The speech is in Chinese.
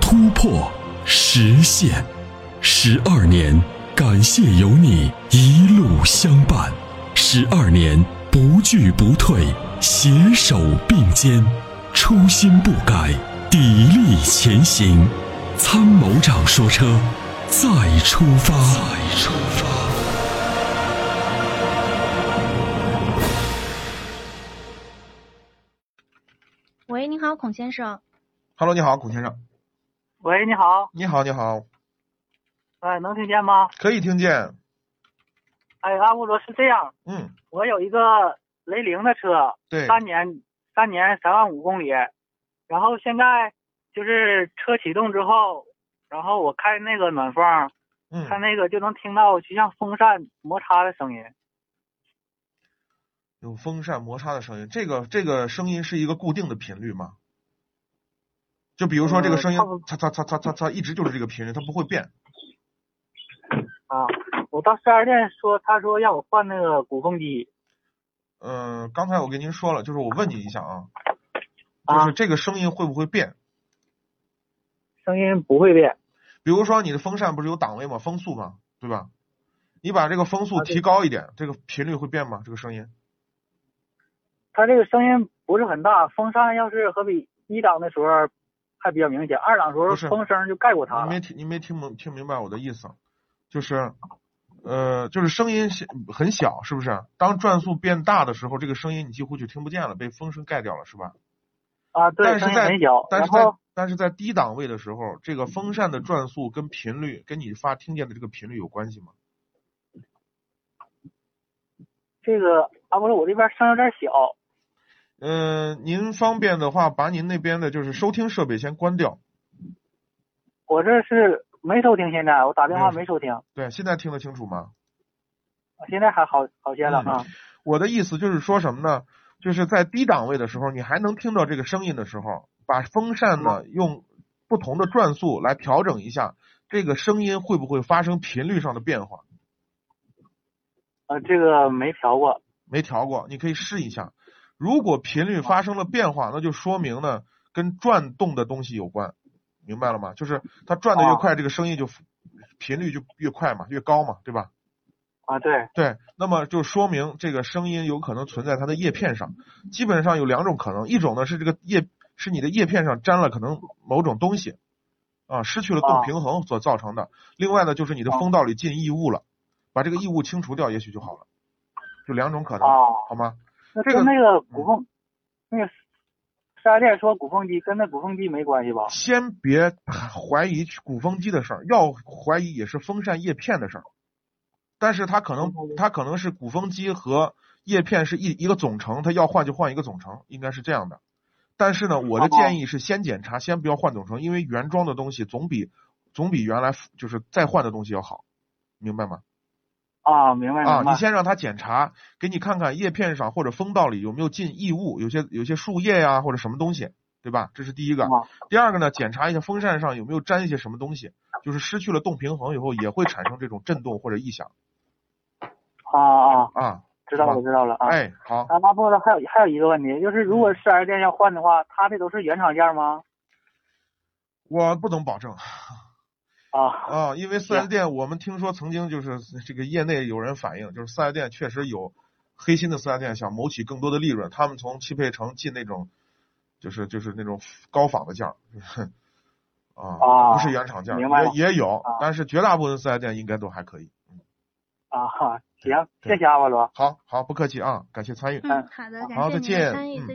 突破、实现，十二年，感谢有你一路相伴，十二年不惧不退，携手并肩，初心不改，砥砺前行。”参谋长说：“车，再出发。”再出发。喂，您好，孔先生。 Hello，你好，孔先生。喂，你好，你好，你好，哎，能听见吗？可以听见。哎，阿波罗是这样，嗯，我有一个雷凌的车，对，三年三年三万五公里，然后现在就是车启动之后，然后我开那个暖风，嗯，它那个就能听到就像风扇摩擦的声音。有风扇摩擦的声音，这个这个声音是一个固定的频率吗？就比如说这个声音呃差它不，它它它它它一直就是这个频率，它不会变。啊，我到四 S 店说，他说让我换那个鼓风机。嗯、刚才我跟您说了，就是我问你一下啊，就啊是，这个声音会不会变？声音不会变。比如说你的风扇不是有档位吗？风速吗？对吧？你把这个风速啊对提高一点，这个频率会变吗？这个声音？它这个声音不是很大，风扇要是和比一档的时候还比较明显，二档的时不是候风声就盖过它你了没。听，你没听明听明白我的意思，就是，呃，就是声音小很小，是不是？当转速变大的时候，这个声音你几乎就听不见了，被风声盖掉了，是吧？啊，对，但是声音在很小。但然是在后但是在低档位的时候，这个风扇的转速跟频率跟你发听见的这个频率有关系吗？这个啊，不是我这边声有点小。嗯、您方便的话，把您那边的就是收听设备先关掉。我这是没收听，现在我打电话没没收听，对，现在听得清楚吗？现在还好好些了嗯啊。我的意思就是说什么呢？就是在低档位的时候，你还能听到这个声音的时候，把风扇呢用不同的转速来调整一下，这个声音会不会发生频率上的变化？呃，这个没调过。没调过，你可以试一下。如果频率发生了变化，那就说明呢跟转动的东西有关，明白了吗？就是它转的越快，这个声音就频率就越快嘛，越高嘛，对吧？啊，对，对，那么就说明这个声音有可能存在它的叶片上。基本上有两种可能，一种呢是这个叶是你的叶片上沾了可能某种东西，啊，失去了动平衡所造成的；另外呢就是你的风道里进异物了，把这个异物清除掉，也许就好了。就两种可能，哦好吗？那这个嗯跟那个鼓风，那个四 S 店说鼓风机跟那鼓风机没关系吧？先别怀疑鼓风机的事儿，要怀疑也是风扇叶片的事儿。但是它可能嗯它可能是鼓风机和叶片是一一个总成，它要换就换一个总成，应该是这样的。但是嗯呢，我的建议是先检查，先不要换总成，因为原装的东西总比总比原来就是再换的东西要好，明白吗？啊，明白啊，明白你。先让他检查，给你看看叶片上或者风道里有没有进异物，有些有些树叶呀、或者什么东西，对吧？这是第一个。啊第二个呢，检查一下风扇上有没有粘一些什么东西，就是失去了动平衡以后也会产生这种震动或者异响啊啊，啊。知道是了吧知道了啊。哎，嗯好，啊，那不了，还有还有一个问题，就是如果四 S 店要换的话，它这都是原厂件吗？我不能保证啊啊，因为四 S 店我们听说曾经就是 这个业内有人反映，就是四 S 店确实有黑心的四 S 店想谋取更多的利润，他们从汽配城进那种就是就是那种高仿的件儿，就是啊，啊不是原厂件儿，明白了也也有，啊但是绝大部分四 S 店应该都还可以。啊，哈行，对谢谢阿波罗。好好，不客气啊，感谢参与。嗯，好的，感好谢您的再见参与，嗯再